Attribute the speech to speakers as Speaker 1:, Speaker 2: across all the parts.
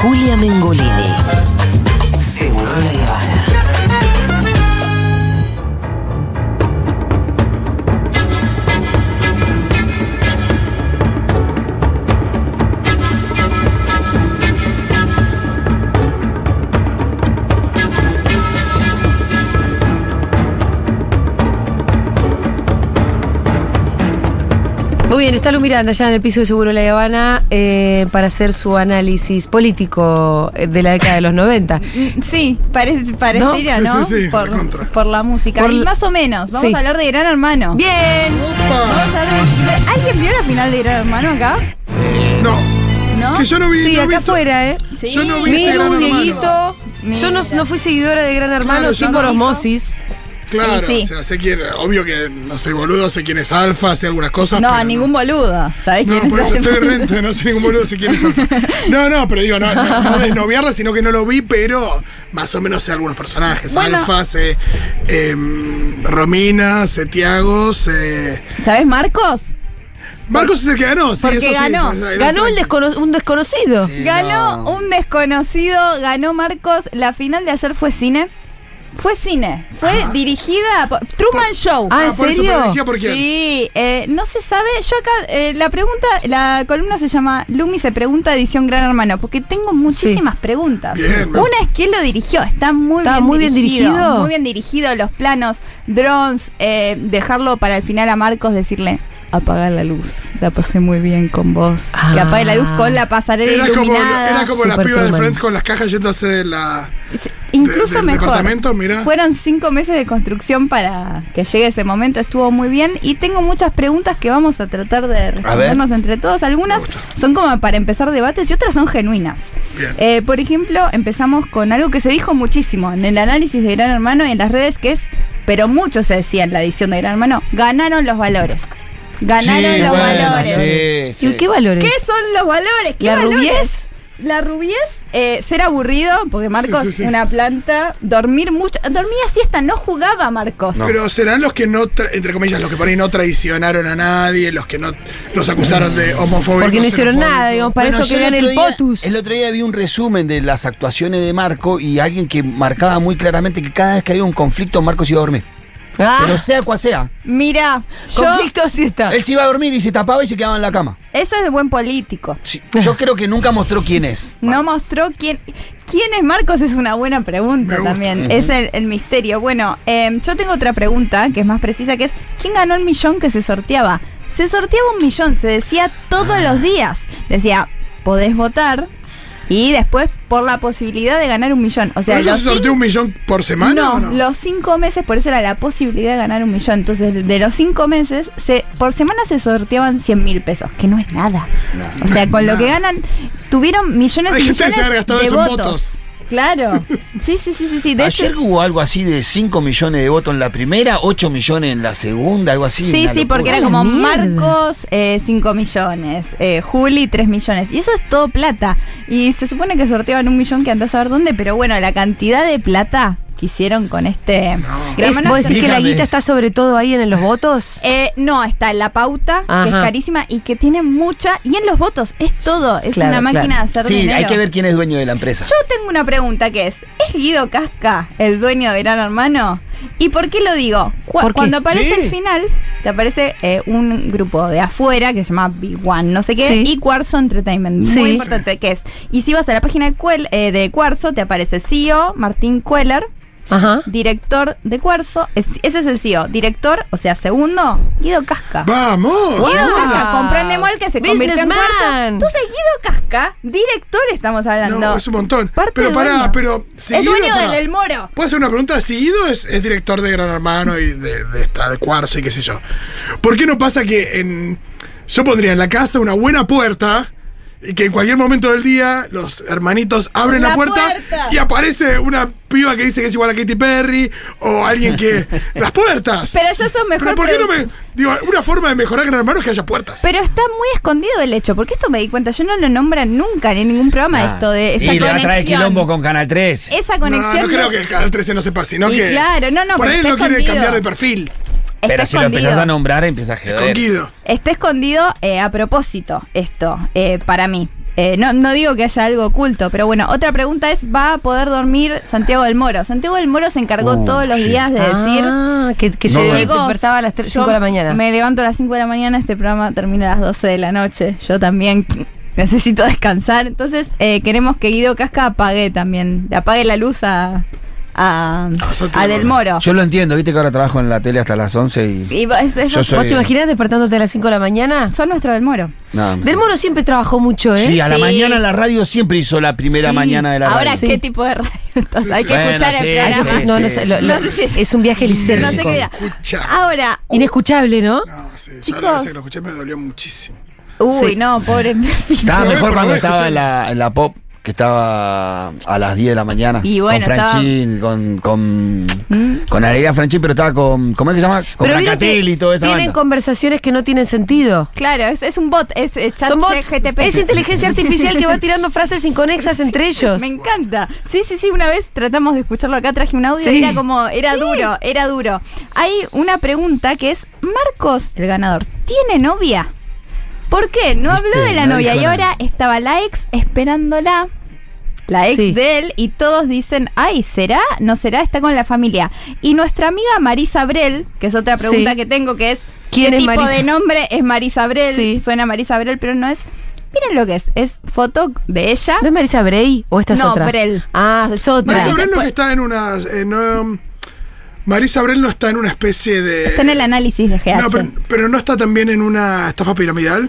Speaker 1: Julia Mengolini. Seguro la Habana.
Speaker 2: Muy bien, está Lu Miranda ya en el piso de Seguro La Habana eh, para hacer su análisis político eh, de la década de los 90.
Speaker 3: Sí, parece, pareciera,
Speaker 4: Sí,
Speaker 3: ¿no?
Speaker 4: sí, sí,
Speaker 3: por,
Speaker 4: recontra.
Speaker 3: por la música.
Speaker 2: Por
Speaker 3: Y
Speaker 2: la-
Speaker 3: más o menos. Vamos
Speaker 2: Sí.
Speaker 3: a hablar de Gran Hermano.
Speaker 2: Bien.
Speaker 3: Vamos a ver- ¿Alguien vio la final de Gran Hermano acá?
Speaker 4: No,
Speaker 3: ¿No?
Speaker 4: que yo no vi.
Speaker 2: Sí,
Speaker 4: no he
Speaker 2: acá
Speaker 4: visto-
Speaker 2: afuera, ¿eh?
Speaker 3: Sí.
Speaker 4: Yo no vi este
Speaker 2: Miru,
Speaker 4: Gran Hermano.
Speaker 2: Dieguito. Yo no,
Speaker 3: Mira.
Speaker 2: no fui seguidora de Gran Hermano,
Speaker 4: Claro,
Speaker 2: sí
Speaker 4: yo
Speaker 2: por
Speaker 4: no.
Speaker 2: osmosis.
Speaker 4: Claro,
Speaker 3: Sí, sí.
Speaker 4: o sea, sé quién. Obvio que no soy boludo, sé quién es Alfa, sé algunas cosas.
Speaker 3: No,
Speaker 4: pero
Speaker 3: ningún boludo. ¿Sabés
Speaker 4: No,
Speaker 3: quién
Speaker 4: por
Speaker 3: es?
Speaker 4: eso estoy renta, no soy ningún boludo si quieres alfa. No, no, pero digo, no, no, no desnoviarla, sino que no lo vi, pero más o menos sé algunos personajes.
Speaker 3: Bueno.
Speaker 4: Alfa, sé em, Romina, sé Tiago, sé...
Speaker 3: ¿Sabés Marcos?
Speaker 4: Marcos es el que ganó, sí,
Speaker 3: Porque
Speaker 4: eso sí.
Speaker 3: ganó.
Speaker 2: Ganó el descono- un desconocido.
Speaker 3: Ganó un desconocido, ganó Marcos. La final de ayer fue cine. Fue cine. Fue dirigida por Truman Show.
Speaker 2: Ah, ¿en
Speaker 4: Ah, por eso,
Speaker 2: serio?
Speaker 4: pero elegía por quién.
Speaker 3: Sí, eh, no se sabe. Yo acá, eh, la pregunta, la columna se llama Lumi se pregunta edición Gran Hermano, porque tengo muchísimas preguntas.
Speaker 4: Bien, me-
Speaker 3: Una es quién lo dirigió, está muy
Speaker 2: Está
Speaker 3: bien
Speaker 2: muy bien dirigido.
Speaker 3: Muy bien dirigido, los planos, drones, eh, dejarlo para el final a Marcos, decirle apagar la luz. La pasé muy bien con vos.
Speaker 2: Ah.
Speaker 3: Que apague la luz con la pasarela
Speaker 4: Era como,
Speaker 3: iluminada.
Speaker 4: era como las
Speaker 2: Super
Speaker 4: pibas de
Speaker 2: Truman.
Speaker 4: Friends con las cajas yéndose de la...
Speaker 3: Es- Incluso
Speaker 4: de- del
Speaker 3: mejor.
Speaker 4: departamento, mira.
Speaker 3: Fueron cinco meses de construcción para que llegue ese momento. Estuvo muy bien. Y tengo muchas preguntas que vamos a tratar de respondernos entre todos. Algunas
Speaker 4: Me gusta.
Speaker 3: son como para empezar debates y otras son genuinas.
Speaker 4: Bien.
Speaker 3: Eh, por ejemplo, empezamos con algo que se dijo muchísimo en el análisis de Gran Hermano y en las redes, que es, pero mucho se decía en la edición de Gran Hermano, ganaron los valores. Ganaron
Speaker 5: Sí,
Speaker 3: los
Speaker 5: bueno,
Speaker 3: valores.
Speaker 5: sí, sí.
Speaker 2: ¿Y qué valores?
Speaker 3: ¿Qué son los valores? ¿Qué
Speaker 2: ¿La
Speaker 3: valores?
Speaker 2: rubiez?
Speaker 3: La rubiez, eh, ser aburrido, porque Marcos
Speaker 4: Sí, sí, sí.
Speaker 3: una planta, dormir mucho, dormía siesta, no jugaba Marcos.
Speaker 4: Pero serán los que no, tra- entre comillas, los que por ahí no traicionaron a nadie, los que no los acusaron de homofobia.
Speaker 2: Porque no hicieron nada, digamos, para
Speaker 5: Bueno,
Speaker 2: eso
Speaker 5: yo
Speaker 2: que gane
Speaker 5: otro
Speaker 2: el
Speaker 5: día-
Speaker 2: POTUS.
Speaker 5: El otro día vi un resumen de las actuaciones de Marco y alguien que marcaba muy claramente que cada vez que había un conflicto, Marco se iba a dormir.
Speaker 2: Ah,
Speaker 5: Pero sea cual sea,
Speaker 3: Mira, yo,
Speaker 2: conflicto siesta.
Speaker 5: él se iba a dormir y se tapaba y se quedaba en la cama.
Speaker 3: eso es de buen político.
Speaker 5: Sí, yo creo que nunca mostró quién es.
Speaker 3: No mostró quién. ¿Quién es Marcos? Es una buena pregunta
Speaker 4: Me gusta.
Speaker 3: también. Es el, el misterio. Bueno, em, yo tengo otra pregunta que es más precisa, que es ¿quién ganó el millón que se sorteaba? Se sorteaba un millón, se decía todos los días. Decía, podés votar y después por la posibilidad de ganar un millón. O sea,
Speaker 4: ¿Pero eso
Speaker 3: los
Speaker 4: se sorteó un millón por semana o no?
Speaker 3: los cinco meses, por eso era la posibilidad de ganar un millón. Entonces, de los cinco meses, se, por semana se sorteaban 100 mil pesos, que no es nada. o sea, con lo que ganan, tuvieron millones
Speaker 4: Hay
Speaker 3: y
Speaker 4: gente que
Speaker 3: millones
Speaker 4: se ha gastado
Speaker 3: de
Speaker 4: eso en
Speaker 3: votos.
Speaker 4: votos.
Speaker 3: Claro. Sí, sí, sí, sí. sí. De
Speaker 5: Ayer
Speaker 3: hecho-
Speaker 5: hubo algo así de 5 millones de votos en la primera, 8 millones en la segunda, algo así.
Speaker 3: Sí,
Speaker 5: una
Speaker 3: sí,
Speaker 5: locura.
Speaker 3: porque
Speaker 2: A
Speaker 3: era
Speaker 2: la
Speaker 3: como
Speaker 2: mierda.
Speaker 3: Marcos 5 millones, eh, Juli 3 millones. Y eso es todo plata. Y se supone que sorteaban un millón que andás a ver dónde, pero bueno, la cantidad de plata que hicieron con este... Gran
Speaker 2: Es-
Speaker 3: Hermano
Speaker 2: ¿Vos decís que la
Speaker 5: Dígame.
Speaker 2: guita está sobre todo ahí en los votos?
Speaker 3: Eh, no, está en la pauta, que es
Speaker 2: Ajá.
Speaker 3: carísima y que tiene mucha. Y en los votos, es todo. Es
Speaker 2: Claro,
Speaker 3: una máquina
Speaker 2: claro.
Speaker 3: de hacer
Speaker 5: Sí,
Speaker 3: dinero.
Speaker 5: hay que ver quién es dueño de la empresa.
Speaker 3: Yo tengo una pregunta que es: ¿es Guido Casca el dueño de Gran Hermano? ¿Y por qué lo digo? Cu-
Speaker 2: ¿Por qué?
Speaker 3: Cuando aparece
Speaker 5: Sí.
Speaker 3: el final, te aparece eh, un grupo de afuera que se llama Big One, no sé qué,
Speaker 2: Sí.
Speaker 3: y Cuarzo Entertainment.
Speaker 2: Sí.
Speaker 3: Muy importante que es. Y si vas a la página de, Cuel- eh, de Cuarzo, te aparece CEO Martín Cueller.
Speaker 2: Ajá.
Speaker 3: Director de Cuarzo, Es- ese es el CEO. Director, o sea, segundo, Guido Casca.
Speaker 4: ¡Vamos!
Speaker 3: Guido
Speaker 2: Wow.
Speaker 3: Casca, comprendemos el que se convirtió en
Speaker 2: Businessman.
Speaker 3: cuarto. Entonces, Guido Casca, director estamos hablando.
Speaker 4: No, es un montón.
Speaker 3: Parte
Speaker 4: pero pará,
Speaker 3: dueño.
Speaker 4: pero.
Speaker 3: Es
Speaker 4: seguido,
Speaker 3: dueño
Speaker 4: pará.
Speaker 3: del El Moro.
Speaker 4: ¿Puedo hacer una pregunta? Si Guido es, es director de Gran Hermano y de, de esta, de Cuarzo y qué sé yo. ¿Por qué no pasa que en. Yo pondría en la casa una buena puerta y que en cualquier momento del día los hermanitos abren la,
Speaker 3: La
Speaker 4: puerta,
Speaker 3: puerta.
Speaker 4: y aparece una piba que dice que es igual a Katy Perry o alguien que. ¡Las puertas!
Speaker 3: Pero ya son mejor.
Speaker 4: Pero ¿por qué no
Speaker 3: pre-
Speaker 4: me.? Digo, una forma de mejorar Gran Hermano es que haya puertas.
Speaker 3: Pero está muy escondido el hecho, porque esto me di cuenta, yo no lo nombran nunca ni en ningún programa
Speaker 5: Ah.
Speaker 3: esto de esa
Speaker 5: y le va a
Speaker 3: conexión.
Speaker 5: traer quilombo con Canal 3.
Speaker 3: Esa
Speaker 4: no,
Speaker 3: conexión.
Speaker 4: no creo que el Canal 13 no sepa, sino
Speaker 3: Y
Speaker 4: que.
Speaker 3: claro, no, no,
Speaker 4: Por
Speaker 3: pero
Speaker 4: ahí
Speaker 3: está
Speaker 4: no quiere
Speaker 3: escondido.
Speaker 4: cambiar de perfil.
Speaker 3: está
Speaker 5: Pero si lo
Speaker 3: escondido.
Speaker 5: empezás a nombrar, empiezas a
Speaker 4: Con
Speaker 5: joder.
Speaker 4: Guido.
Speaker 3: Está escondido eh, a propósito esto, eh, para mí. Eh, no, no digo que haya algo oculto, pero bueno, otra pregunta es, ¿va a poder dormir Santiago del Moro? Santiago del Moro se encargó
Speaker 5: Uh,
Speaker 3: todos los
Speaker 5: sí.
Speaker 3: días de decir...
Speaker 2: Ah, que, que
Speaker 5: No,
Speaker 2: se
Speaker 5: bueno.
Speaker 2: despertaba a las 3, 5 de la mañana.
Speaker 3: Me levanto a las 5 de la mañana, este programa termina a las 12 de la noche. Yo también necesito descansar. Entonces, eh, queremos que Guido Casca apague también, le apague la luz a, a,
Speaker 4: A Santiago.
Speaker 3: a Del Moro.
Speaker 5: Yo lo entiendo, viste que ahora trabajo en la tele hasta las 11 y.
Speaker 3: Y va- es- es-
Speaker 5: Yo soy-
Speaker 2: ¿Vos te imaginás despertándote a las 5 de la mañana?
Speaker 3: Son nuestro Del Moro.
Speaker 5: Nada, me-
Speaker 2: Del Moro siempre trabajó mucho, ¿eh?
Speaker 5: Sí, a la
Speaker 3: Sí.
Speaker 5: mañana la radio siempre hizo la primera
Speaker 2: Sí.
Speaker 5: mañana de la
Speaker 3: Ahora,
Speaker 5: radio.
Speaker 2: sí.
Speaker 3: ¿qué tipo de radio? Entonces, hay que
Speaker 5: Bueno,
Speaker 3: escuchar
Speaker 5: sí,
Speaker 3: el
Speaker 5: sí,
Speaker 3: programa.
Speaker 2: no, no sé, lo- lo-
Speaker 3: No sé.
Speaker 2: es un viaje
Speaker 3: No sé
Speaker 2: lisérgico.
Speaker 3: qué-
Speaker 4: Escucha.
Speaker 3: Ahora,
Speaker 2: Inescuchable, ¿no?
Speaker 4: No, sí, yo
Speaker 3: Chicos.
Speaker 4: la vez que lo escuché me dolió muchísimo.
Speaker 3: uy,
Speaker 2: Sí.
Speaker 3: no, pobre
Speaker 4: Pero
Speaker 5: Estaba mejor
Speaker 4: bueno,
Speaker 5: cuando
Speaker 4: pero
Speaker 5: estaba
Speaker 4: escuché.
Speaker 5: en la, en la pop, que estaba a las 10 de la mañana.
Speaker 3: Y bueno,
Speaker 5: con Franchín, con, con, con Alegría Franchín, pero estaba con. ¿Cómo es que se llama? Con
Speaker 2: Mm. vieron
Speaker 5: Francatelli
Speaker 2: que
Speaker 5: y toda esa
Speaker 2: Tienen
Speaker 5: banda.
Speaker 2: conversaciones que no tienen sentido.
Speaker 3: Claro, es, es un bot, es, eh, chat
Speaker 2: Son bots.
Speaker 3: GTP.
Speaker 2: Es inteligencia artificial que va tirando frases inconexas entre ellos.
Speaker 3: Me encanta. Sí, sí, sí, una vez tratamos de escucharlo acá, traje un audio
Speaker 2: Sí.
Speaker 3: y era como, era duro, era duro. Hay una pregunta que es, Marcos, el ganador, ¿tiene novia? ¿Por qué? No
Speaker 5: ¿Viste?
Speaker 3: habló de la
Speaker 5: No
Speaker 3: novia
Speaker 5: dijo
Speaker 3: y
Speaker 5: nada.
Speaker 3: ahora estaba la ex esperándola. La ex
Speaker 2: Sí.
Speaker 3: de él y todos dicen, ay, ¿será? ¿No será? Está con la familia. Y nuestra amiga Marisa Brel, que es otra pregunta
Speaker 2: Sí.
Speaker 3: que tengo, que es,
Speaker 2: ¿Quién
Speaker 3: ¿qué
Speaker 2: es
Speaker 3: tipo
Speaker 2: Marisa?
Speaker 3: de nombre es Marisa Brel?
Speaker 2: Sí.
Speaker 3: Suena Marisa Brel, pero no es. Miren lo que es, es foto de ella.
Speaker 2: ¿No es Marisa Brey o esta es
Speaker 3: No,
Speaker 2: otra?
Speaker 3: Brel.
Speaker 2: Ah, es otra.
Speaker 4: Marisa
Speaker 3: Claro.
Speaker 4: Abrel no está en una. en, um, Marisa Abrel no está en una especie de.
Speaker 3: Está en el análisis de GH.
Speaker 4: No, pero, pero no está también en una estafa piramidal.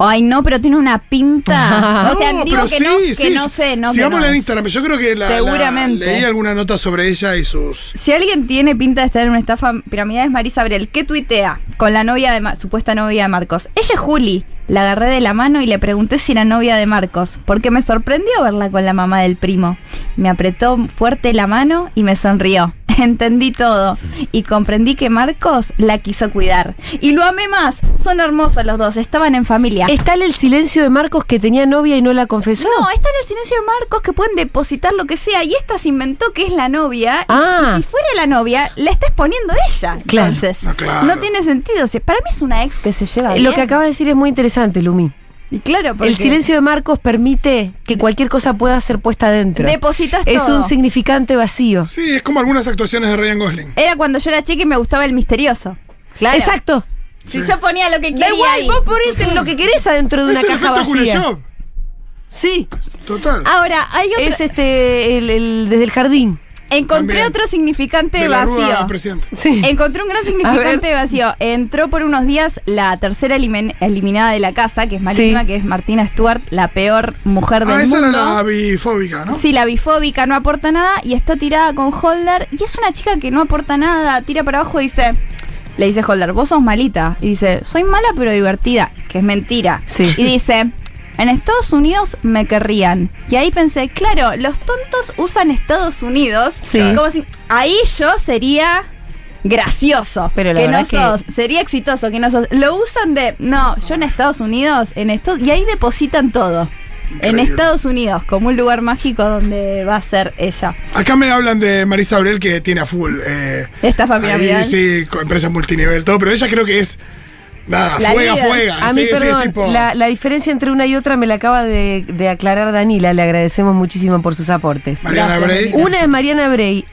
Speaker 3: Ay, no, pero tiene una pinta.
Speaker 2: Ah.
Speaker 3: o sea,
Speaker 4: No,
Speaker 3: digo
Speaker 4: pero
Speaker 3: que,
Speaker 4: sí,
Speaker 3: no, que
Speaker 4: sí.
Speaker 3: no sé, no, que
Speaker 4: Sigámosla
Speaker 3: no.
Speaker 4: en Instagram. Yo creo que la, la-
Speaker 3: Seguramente.
Speaker 4: leí alguna nota sobre ella y sus.
Speaker 3: Si alguien tiene pinta de estar en una estafa piramidal es Marisa Abrel, que tuitea con la novia de Ma- supuesta novia de Marcos. Ella es Juli. La agarré de la mano y le pregunté si era novia de Marcos, porque me sorprendió verla con la mamá del primo. Me apretó fuerte la mano y me sonrió. Entendí todo y comprendí que Marcos la quiso cuidar. Y lo amé más. Son hermosos los dos, estaban en familia.
Speaker 2: ¿Está en el silencio de Marcos que tenía novia y no la confesó?
Speaker 3: No, está en el silencio de Marcos que pueden depositar lo que sea y esta se inventó que es la novia. y-
Speaker 2: Ah.
Speaker 3: Y, si fuera la novia, la está exponiendo ella.
Speaker 2: Claro.
Speaker 3: Entonces,
Speaker 4: No, claro.
Speaker 3: no tiene sentido. Si- Para mí es una ex que se lleva.
Speaker 2: Eh, Lo
Speaker 3: bien.
Speaker 2: que acabas de decir es muy interesante, Lumi.
Speaker 3: Y claro, porque
Speaker 2: El silencio de Marcos permite que cualquier cosa pueda ser puesta adentro.
Speaker 3: Depositas
Speaker 2: Es
Speaker 3: todo.
Speaker 2: un significante vacío.
Speaker 4: Sí, es como algunas actuaciones de Ryan Gosling.
Speaker 3: Era cuando yo era chica y me gustaba el misterioso. Claro.
Speaker 2: Exacto.
Speaker 3: Si yo ponía lo que quería.
Speaker 2: Da igual,
Speaker 3: ahí.
Speaker 2: vos ponés en lo que querés adentro de
Speaker 4: es
Speaker 2: una
Speaker 4: el
Speaker 2: caja
Speaker 4: efecto
Speaker 2: vacía.
Speaker 4: Kuleshov.
Speaker 2: Sí,
Speaker 4: Total.
Speaker 2: Ah,
Speaker 3: Ahora, hay otro-
Speaker 2: es este el, el- desde el jardín.
Speaker 3: encontré
Speaker 4: También.
Speaker 3: otro significante
Speaker 4: de la
Speaker 3: vacío.
Speaker 4: Rúa, presidente.
Speaker 2: Sí.
Speaker 3: Encontré un gran
Speaker 2: A
Speaker 3: significante
Speaker 2: ver.
Speaker 3: vacío. Entró por unos días la tercera elimin- eliminada de la casa, que es malísima,
Speaker 2: Sí.
Speaker 3: que es Martina Stewart, la peor mujer del
Speaker 4: Ah, esa
Speaker 3: mundo.
Speaker 4: era la bifóbica, ¿no?
Speaker 3: Sí, la bifóbica, no aporta nada y está tirada con Holder. Y es una chica que no aporta nada, tira para abajo y dice. Le dice Holder, vos sos malita. Y dice, soy mala pero divertida, que es mentira.
Speaker 2: Sí.
Speaker 3: Y dice, en Estados Unidos me querrían. Y ahí pensé, claro, los tontos usan Estados Unidos.
Speaker 2: Sí.
Speaker 3: Como si ahí yo sería gracioso.
Speaker 2: Pero la
Speaker 3: que
Speaker 2: verdad
Speaker 3: no
Speaker 2: es que-
Speaker 3: sos, sería exitoso que no sos. Lo usan de, no, yo en Estados Unidos, en esto y ahí depositan todo. En
Speaker 4: Increíble.
Speaker 3: Estados Unidos, como un lugar mágico donde va a ser ella.
Speaker 4: Acá me hablan de Marisa Abrel que tiene a full. Eh,
Speaker 3: Esta familia
Speaker 4: ahí, sí, con empresas multinivel, todo, pero ella creo que es. Nada,
Speaker 3: La
Speaker 4: fuega,
Speaker 3: líder.
Speaker 4: fuega.
Speaker 2: A
Speaker 4: sí,
Speaker 2: mí,
Speaker 4: sí, es
Speaker 2: perdón,
Speaker 4: tipo-
Speaker 2: la, la diferencia entre una y otra me la acaba de, de aclarar Danila. Le agradecemos muchísimo por sus aportes.
Speaker 4: Mariana
Speaker 3: Gracias,
Speaker 4: Abreu.
Speaker 2: Una es Mariana Brey,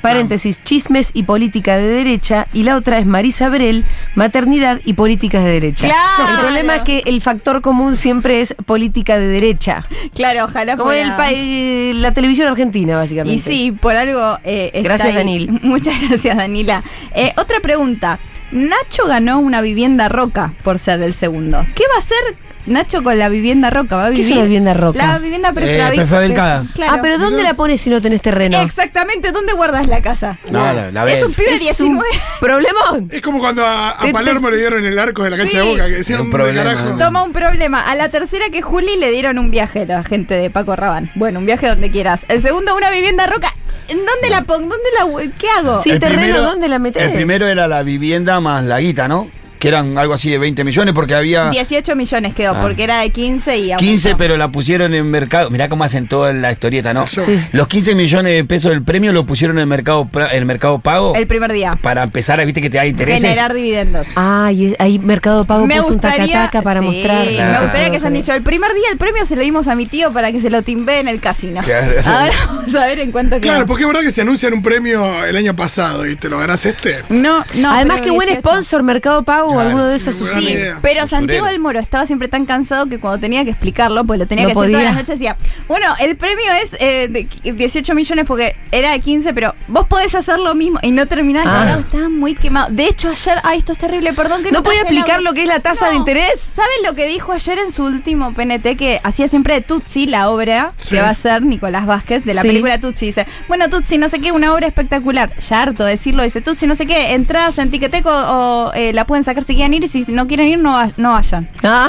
Speaker 2: paréntesis, chismes y política de derecha, y la otra es Marisa Brel, maternidad y políticas de derecha.
Speaker 3: Claro.
Speaker 2: El problema es que el factor común siempre es política de derecha.
Speaker 3: Claro, ojalá
Speaker 2: Como
Speaker 3: fuera-
Speaker 2: el pa- eh, la televisión argentina,
Speaker 3: Y
Speaker 2: básicamente.
Speaker 3: sí, por algo. eh, está
Speaker 2: Gracias,
Speaker 3: ahí.
Speaker 2: Danil.
Speaker 3: Muchas gracias, Danila. Eh, otra pregunta. Nacho ganó una vivienda roca por ser el segundo. ¿Qué va a hacer Nacho con la vivienda roca? ¿Va a
Speaker 2: ¿Qué es
Speaker 3: vivir?
Speaker 2: una vivienda roca?
Speaker 3: La vivienda prefabric-
Speaker 5: Eh, prefabricada.
Speaker 3: Claro.
Speaker 2: Ah, pero ¿dónde la pones si no tenés terreno?
Speaker 3: Exactamente, ¿dónde guardas la casa?
Speaker 5: No, la, la
Speaker 3: es
Speaker 5: ven.
Speaker 3: un pibe de
Speaker 2: Es un
Speaker 3: 19.
Speaker 2: problemón.
Speaker 4: Es como cuando a, a
Speaker 2: Te- te-
Speaker 4: Palermo le dieron el arco de la cancha
Speaker 3: Sí.
Speaker 4: de boca, que decían
Speaker 5: Era un
Speaker 4: un
Speaker 5: problema,
Speaker 4: carajo.
Speaker 5: ¿no?
Speaker 3: Toma un problema. A la tercera que Juli le dieron un viaje la gente de Paco Rabanne. Bueno, un viaje donde quieras. El segundo, una vivienda roca. ¿En dónde la pongo? ¿Dónde la ¿Qué hago?
Speaker 2: Sí. ¿Y terreno dónde la metés?
Speaker 5: El primero era la vivienda más la guita, ¿no? que eran algo así de 20 millones, porque
Speaker 2: Ah.
Speaker 5: había
Speaker 3: 18 millones quedó,
Speaker 5: Ah.
Speaker 3: porque era de 15 y aumentó.
Speaker 5: 15, pero la pusieron en mercado. Mirá cómo hacen toda la historieta, ¿no?
Speaker 4: Sí.
Speaker 5: Los 15 millones de pesos del premio lo pusieron en el mercado, pra- el mercado pago
Speaker 3: El primer día.
Speaker 5: para empezar a, viste, que te da intereses.
Speaker 3: Generar dividendos.
Speaker 2: Ah, y es- ahí Mercado Pago puso pues un tacataca para
Speaker 3: sí,
Speaker 2: mostrar.
Speaker 5: Claro.
Speaker 3: Me gustaría que hayan dicho, el primer día el premio se lo dimos a mi tío para que se lo timbé en el casino.
Speaker 5: Claro.
Speaker 3: Ahora vamos a ver en cuánto queda.
Speaker 4: Claro, porque es verdad que se anuncian un premio el año pasado y te lo ganas este.
Speaker 3: No, no.
Speaker 2: Además,
Speaker 3: pero
Speaker 2: qué buen
Speaker 3: 18.
Speaker 2: sponsor, Mercado Pago o
Speaker 5: Claro,
Speaker 2: alguno de
Speaker 4: sí,
Speaker 2: esos.
Speaker 4: buena
Speaker 2: sí.
Speaker 4: idea.
Speaker 3: Pero
Speaker 5: Usurero.
Speaker 3: Santiago del Moro estaba siempre tan cansado que cuando tenía que explicarlo, pues lo tenía
Speaker 2: No
Speaker 3: que hacer
Speaker 2: podía.
Speaker 3: todas las noches, decía, bueno, el premio es eh, de 18 millones porque era de 15, pero vos podés hacer lo mismo. Y no terminaba,
Speaker 2: Ah.
Speaker 3: claro, estaba muy quemado. De hecho, ayer, ay, esto es terrible, perdón que
Speaker 2: ¿No podía
Speaker 3: traje el
Speaker 2: explicar
Speaker 3: audio.
Speaker 2: lo que es la tasa de interés?
Speaker 3: ¿Saben lo que dijo ayer en su último PNT que hacía siempre de Tutsi la obra
Speaker 4: Sí.
Speaker 3: que va a ser Nicolás Vázquez de la
Speaker 2: Sí.
Speaker 3: película Tutsi? Dice, bueno, Tutsi, no sé qué, una obra espectacular. Ya harto de decirlo, dice, Tutsi, no sé qué, entradas en Tiqueteco o eh, la pueden sacar si quieren ir y si no quieren ir, no, va- no vayan.
Speaker 2: Ah,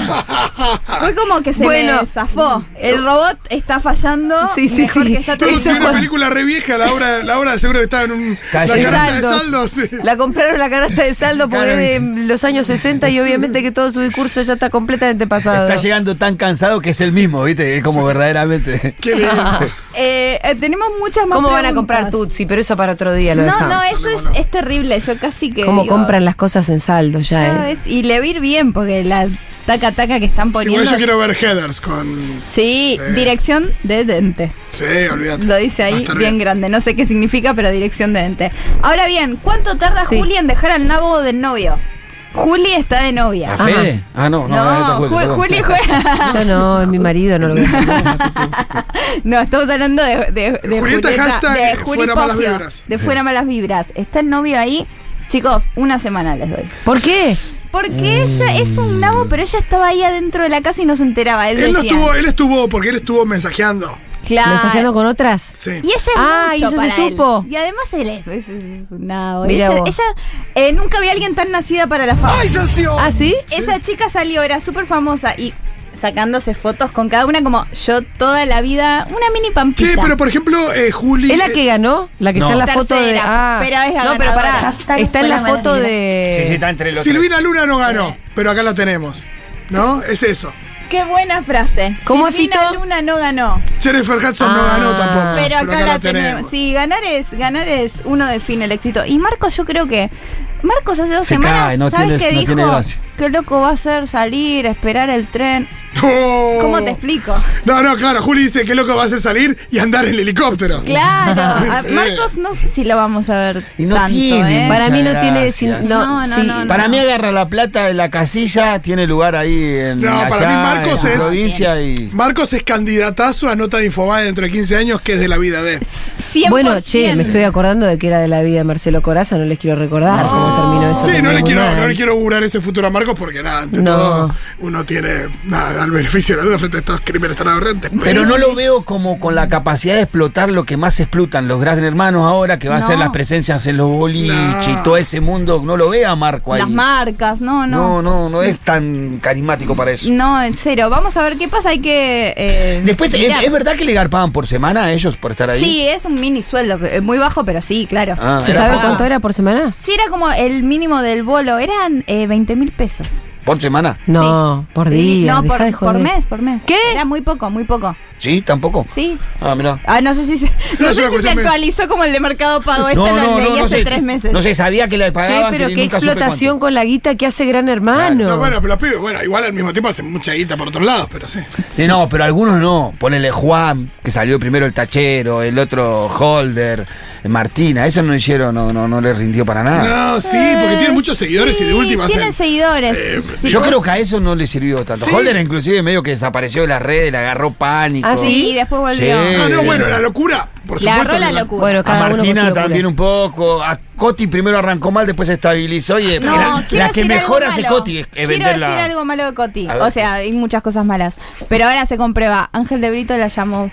Speaker 3: Fue como que se
Speaker 2: Bueno.
Speaker 3: le zafó. El robot está fallando.
Speaker 2: Sí, sí,
Speaker 3: mejor
Speaker 2: sí.
Speaker 3: que está
Speaker 4: Todo
Speaker 2: Eso
Speaker 4: es una
Speaker 2: cuando-
Speaker 4: película re vieja, la obra, la obra seguro que estaba en un
Speaker 5: Calle.
Speaker 4: la canasta de
Speaker 2: Saldos.
Speaker 4: saldos, sí.
Speaker 2: la compraron la canasta de saldo porque es de los años 60 y obviamente que todo su discurso ya está completamente pasado.
Speaker 5: Está llegando tan cansado que es el mismo, viste, es como verdaderamente.
Speaker 4: Qué lindo.
Speaker 3: Eh, eh, tenemos muchas más
Speaker 2: ¿Cómo van a comprar
Speaker 3: preguntas.
Speaker 2: Tutsi? Pero eso para otro día lo
Speaker 3: No,
Speaker 2: dejamos.
Speaker 3: no, eso es, es terrible. Yo casi que.
Speaker 2: ¿Cómo
Speaker 3: digo,
Speaker 2: compran las cosas en saldo
Speaker 3: cada
Speaker 2: ya? eh?
Speaker 3: vez- Y le va a ir bien porque la taca taca que están
Speaker 4: Sí,
Speaker 3: poniendo.
Speaker 4: bueno, yo quiero ver headers con.
Speaker 3: Sí,
Speaker 4: Sí.
Speaker 3: dirección de dente.
Speaker 4: Sí, olvídate.
Speaker 3: Lo dice
Speaker 4: Va a
Speaker 3: ahí
Speaker 4: estar
Speaker 3: bien, grande. No sé qué significa, pero dirección de dente. Ahora bien, ¿cuánto tarda
Speaker 2: Sí.
Speaker 3: Juli en dejar al nabo del novio? Juli está de novia.
Speaker 5: ¿A Fede? Ah, no, no,
Speaker 3: No,
Speaker 5: esto es
Speaker 3: Ju-
Speaker 5: perdón.
Speaker 3: Juli juega.
Speaker 2: Yo no, es mi marido, no lo voy a hacer.
Speaker 3: No, estamos hablando de, de, de
Speaker 4: Julieta,
Speaker 3: de
Speaker 4: hashtag, fuera malas
Speaker 3: Poggio,
Speaker 4: vibras.
Speaker 3: De fuera malas vibras. Está el novio ahí. Chicos, una semana les doy.
Speaker 2: ¿Por qué?
Speaker 3: Porque ella es un nabo, pero ella estaba ahí adentro de la casa y no se enteraba. Él,
Speaker 4: Él no
Speaker 3: decía,
Speaker 4: estuvo, él estuvo, porque él estuvo mensajeando.
Speaker 3: Claro.
Speaker 2: ¿Mensajeando con otras?
Speaker 4: Sí.
Speaker 3: Y ella es
Speaker 2: Ah,
Speaker 3: mucho
Speaker 2: y eso se
Speaker 3: para él.
Speaker 2: supo.
Speaker 3: Y además él es, es- es un nabo.
Speaker 2: Mirá
Speaker 3: ella
Speaker 2: vos.
Speaker 3: ella, eh, nunca vi a alguien tan nacida para la fama.
Speaker 2: ¿Ah, sí?
Speaker 3: Esa chica salió, era súper famosa y sacándose fotos con cada una como yo toda la vida, una mini pampita.
Speaker 4: Che, pero por ejemplo, eh, Juli.
Speaker 2: ¿Es la que ganó? La que
Speaker 5: No.
Speaker 2: está en la foto de.
Speaker 3: Tercera,
Speaker 2: Ah,
Speaker 3: pero es la
Speaker 2: no, pero
Speaker 3: ganadora.
Speaker 2: pará.
Speaker 3: Hashtag
Speaker 2: Está en la
Speaker 3: fuera
Speaker 2: foto
Speaker 3: mala
Speaker 2: de.
Speaker 5: Sí, sí, está entre los
Speaker 4: Silvina Luna no ganó, pero acá la tenemos. ¿No? Es eso.
Speaker 3: Qué buena frase.
Speaker 2: ¿Cómo,
Speaker 3: Silvina
Speaker 2: Fito?
Speaker 3: Luna no ganó.
Speaker 4: Jennifer Hudson
Speaker 2: Ah.
Speaker 4: no ganó tampoco.
Speaker 3: Pero acá, la tenemos. Sí, ganar es, ganar es uno define el éxito. Y Marcos, yo creo que. Marcos hace dos
Speaker 5: Se
Speaker 3: semanas.
Speaker 5: cae, no
Speaker 3: ¿sabes
Speaker 5: tiene-
Speaker 3: qué
Speaker 5: no
Speaker 3: dijo?
Speaker 5: tiene gracia.
Speaker 3: Qué loco va a ser salir, esperar el tren.
Speaker 4: Oh.
Speaker 3: ¿Cómo te explico?
Speaker 4: No, no, claro. Juli dice que loco va a hacer salir y andar en helicóptero.
Speaker 3: Claro. a-
Speaker 4: Sí.
Speaker 3: Marcos, no sé si lo vamos a ver.
Speaker 5: Y no
Speaker 3: tanto,
Speaker 5: tiene
Speaker 3: ¿eh?
Speaker 2: Para mí no
Speaker 5: Muchas
Speaker 2: tiene.
Speaker 5: gracias.
Speaker 2: sin-
Speaker 3: No, no,
Speaker 2: sí.
Speaker 3: no, no.
Speaker 5: Para mí agarra la plata de la casilla, tiene lugar ahí en
Speaker 4: No, para
Speaker 5: allá,
Speaker 4: mí Marcos
Speaker 5: en la
Speaker 4: es-
Speaker 5: provincia y
Speaker 4: Marcos es candidatazo a nota de Infobae dentro de 15 años, que es de la vida de.
Speaker 3: 100%.
Speaker 2: Bueno, che, me estoy acordando de que era de la vida de Marcelo Coraza, no les quiero recordar cómo terminó eso.
Speaker 4: Sí, no
Speaker 2: también
Speaker 4: le,
Speaker 2: muy
Speaker 4: quiero,
Speaker 2: mal.
Speaker 4: no le quiero augurar ese futuro a Marcos porque nada, ante
Speaker 2: No.
Speaker 4: todo uno tiene nada al beneficio de la duda frente a estos crímenes tan aberrantes.
Speaker 5: Pero no lo veo como con la capacidad de explotar lo que más explotan los gran hermanos ahora, que va a ser
Speaker 3: No.
Speaker 5: las presencias en los boliches
Speaker 4: No.
Speaker 5: y todo ese mundo. No lo vea Marco ahí.
Speaker 3: Las marcas, no, no.
Speaker 5: no, no, no es tan carismático para eso.
Speaker 3: No, en cero. Vamos a ver qué pasa. Hay que. eh,
Speaker 5: Después, ¿es,
Speaker 3: mirar.
Speaker 5: es verdad que le garpaban por semana a ellos por estar ahí?
Speaker 3: Sí, es un mini sueldo, eh, muy bajo, pero sí, claro.
Speaker 5: Ah,
Speaker 2: ¿Se
Speaker 5: era
Speaker 2: sabe
Speaker 5: poco.
Speaker 2: cuánto era por semana?
Speaker 3: Sí, era como el mínimo del bolo, eran eh, 20 mil pesos.
Speaker 5: ¿Por semana?
Speaker 2: No, por
Speaker 3: Sí,
Speaker 2: día.
Speaker 3: No,
Speaker 2: dejá
Speaker 3: por,
Speaker 2: de
Speaker 3: por
Speaker 2: joder.
Speaker 3: mes, por mes.
Speaker 2: ¿Qué?
Speaker 3: Era muy poco, muy poco.
Speaker 5: ¿Sí? ¿Tampoco?
Speaker 3: Sí.
Speaker 5: Ah, mira.
Speaker 3: Ah, no sé si se, no sé
Speaker 4: es una
Speaker 3: si se
Speaker 4: cuestión de-
Speaker 3: actualizó como el de Mercado Pago. Este lo leí hace tres meses.
Speaker 5: No sé, sabía que le
Speaker 2: Che,
Speaker 5: pagaban.
Speaker 2: pero
Speaker 5: que
Speaker 2: qué
Speaker 5: nunca supe
Speaker 2: explotación
Speaker 5: cuánto.
Speaker 2: con la guita que hace Gran Hermano.
Speaker 4: No, bueno, pero los pibes, bueno, igual al mismo tiempo hacen mucha guita por otros lados, pero sí.
Speaker 5: Sí, Eh, no, pero algunos no. Ponele Juan, que salió primero el tachero, el otro Holder, Martina. Eso no hicieron, no, no, no les rindió para nada.
Speaker 4: No, sí, porque tienen muchos seguidores y de
Speaker 3: Ah.
Speaker 4: Eh,
Speaker 3: Sí,
Speaker 4: última
Speaker 3: Tienen
Speaker 4: hacen.
Speaker 3: seguidores. Sí,
Speaker 5: Yo creo que a eso no le sirvió tanto.
Speaker 4: Sí.
Speaker 5: Holder inclusive medio que desapareció de las redes, le agarró pánico.
Speaker 2: Ah,
Speaker 3: Sí, y después volvió.
Speaker 5: Sí.
Speaker 4: Ah, no, bueno, la locura, por
Speaker 3: Le
Speaker 4: supuesto.
Speaker 3: agarró la
Speaker 4: que
Speaker 3: locura.
Speaker 2: Bueno,
Speaker 5: A
Speaker 2: cada uno con su
Speaker 5: Martina
Speaker 2: locura.
Speaker 5: también un poco. A Coti primero arrancó mal, después se estabilizó. Y eh,
Speaker 3: No,
Speaker 5: la,
Speaker 3: quiero
Speaker 5: la que
Speaker 3: decir algo
Speaker 5: mejor hace
Speaker 3: malo.
Speaker 5: Coti es, es
Speaker 3: Quiero
Speaker 5: venderla.
Speaker 3: decir algo malo de Coti.
Speaker 5: A ver.
Speaker 3: O sea, hay muchas cosas malas. Pero ahora se comprueba. Ángel de Brito la llamó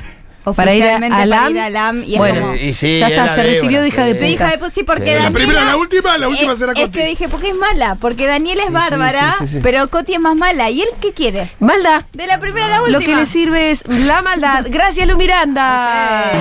Speaker 2: Para ir a-
Speaker 3: oficialmente
Speaker 2: a LAM.
Speaker 3: para ir a LAM. Y es
Speaker 2: Bueno,
Speaker 3: como-
Speaker 5: Y sí,
Speaker 2: ya
Speaker 5: es
Speaker 2: está,
Speaker 5: la
Speaker 2: se recibió
Speaker 5: víbora,
Speaker 2: de hija de
Speaker 5: sí.
Speaker 3: Te dije, "Ay, pues sí, porque
Speaker 5: Sí.
Speaker 3: Daniela...
Speaker 4: La primera, la última, la última será
Speaker 3: "Eh, Es que
Speaker 4: Coti.
Speaker 3: dije, porque es mala, porque Daniela es bárbara,
Speaker 5: sí, sí, sí.
Speaker 3: pero Coti es más mala. ¿Y él qué quiere?
Speaker 2: Maldad.
Speaker 3: De la primera a la última.
Speaker 2: Lo que le sirve es la maldad. Gracias, Lu Miranda.